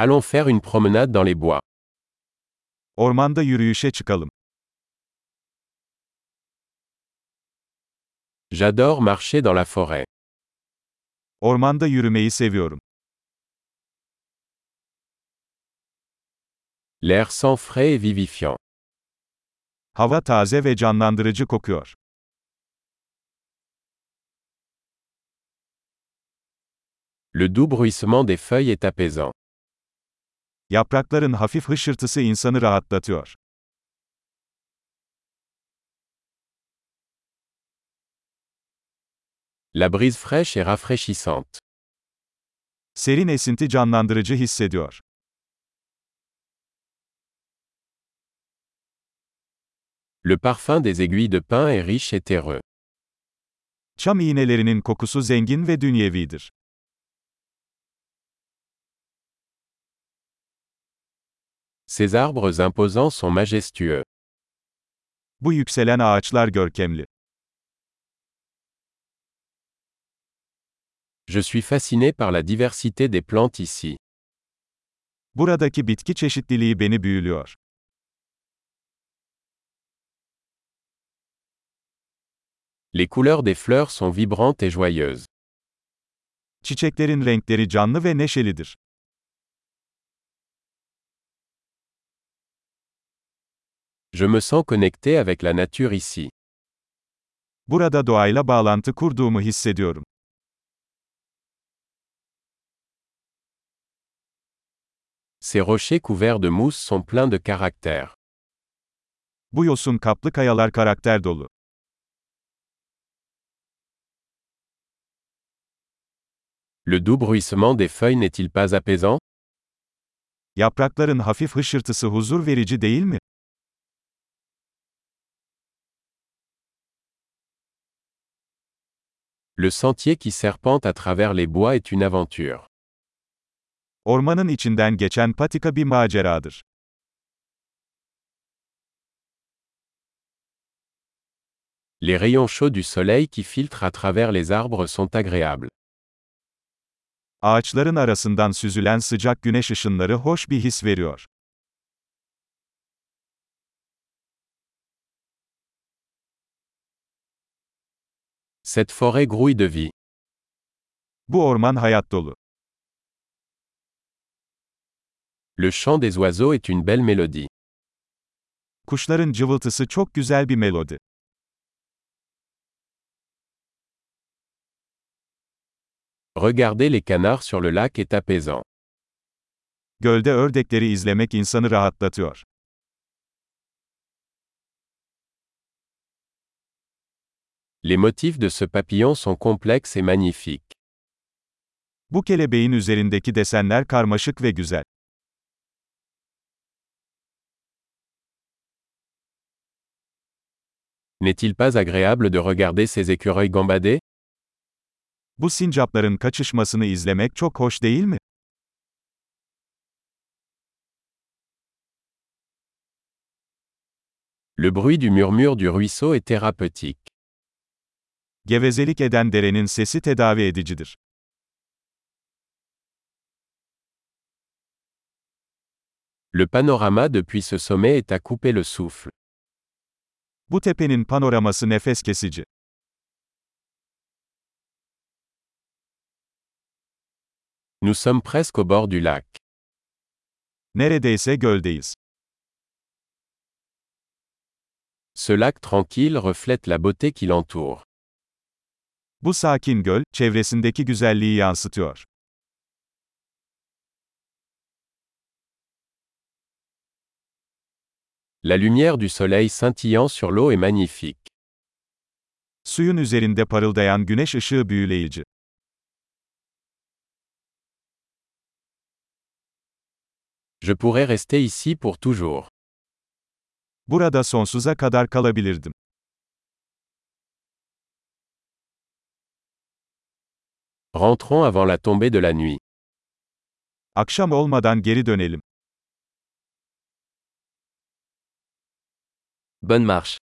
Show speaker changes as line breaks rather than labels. Allons faire une promenade dans les bois.
Ormanda yürüyüşe çıkalım.
J'adore marcher dans la forêt.
Ormanda yürümeyi seviyorum.
L'air sent frais et vivifiant.
Hava taze ve canlandırıcı kokuyor.
Le doux bruissement des feuilles est apaisant.
Yaprakların hafif hışırtısı insanı rahatlatıyor.
La brise fraîche est rafraîchissante.
Serin esinti canlandırıcı hissediyor.
Le parfum des aiguilles de pin est riche et terreux.
Çam iğnelerinin kokusu zengin ve dünyevidir.
Ces arbres imposants sont majestueux.
Bu yükselen ağaçlar görkemli.
Je suis fasciné par la diversité des plantes ici.
Buradaki bitki çeşitliliği beni büyülüyor.
Les couleurs des fleurs sont vibrantes et joyeuses.
Çiçeklerin renkleri canlı ve neşelidir.
Je me sens connecté avec la nature ici.
Burada doğayla bağlantı kurduğumu hissediyorum.
Ces rochers couverts de mousse sont pleins de caractère.
Bu yosun kaplı kayalar karakter dolu.
Le doux bruissement des feuilles n'est-il pas apaisant
Yaprakların hafif hışırtısı huzur verici değil mi?
Le sentier qui serpente à travers les bois est une aventure.
Ormanın içinden geçen patika bir maceradır.
Les rayons chauds du soleil qui filtrent à travers les arbres sont agréables.
Ağaçların arasından süzülen sıcak güneş ışınları hoş bir his veriyor.
Cette forêt grouille de vie.
Bu orman hayat dolu.
Le chant des oiseaux est une belle mélodie.
Kuşların cıvıltısı çok güzel bir melodi.
Regarder les canards sur le lac est apaisant.
Gölde ördekleri izlemek insanı rahatlatıyor.
Les motifs de ce papillon sont complexes et magnifiques.
Bu kelebeğin üzerindeki desenler karmaşık ve güzel.
N'est-il pas agréable de regarder ces écureuils gambader
Bu sincapların kaçışmasını izlemek çok hoş değil mi?
Le bruit du murmure du ruisseau est thérapeutique.
Gevezelik eden derenin sesi tedavi edicidir.
Le panorama depuis ce sommet est à couper le souffle.
Bu tepenin panoraması nefes kesici.
Nous sommes presque au bord du lac.
Neredeyse göldeyiz.
Ce lac tranquille reflète la beauté qui l'entoure.
Bu sakin göl, çevresindeki güzelliği yansıtıyor.
La lumière du soleil scintillant sur l'eau est magnifique.
Suyun üzerinde parıldayan güneş ışığı büyüleyici.
Je pourrais rester ici pour toujours.
Burada sonsuza kadar kalabilirdim.
Rentrons avant la tombée de la nuit.
Akşam olmadan geri dönelim.
Bonne marche.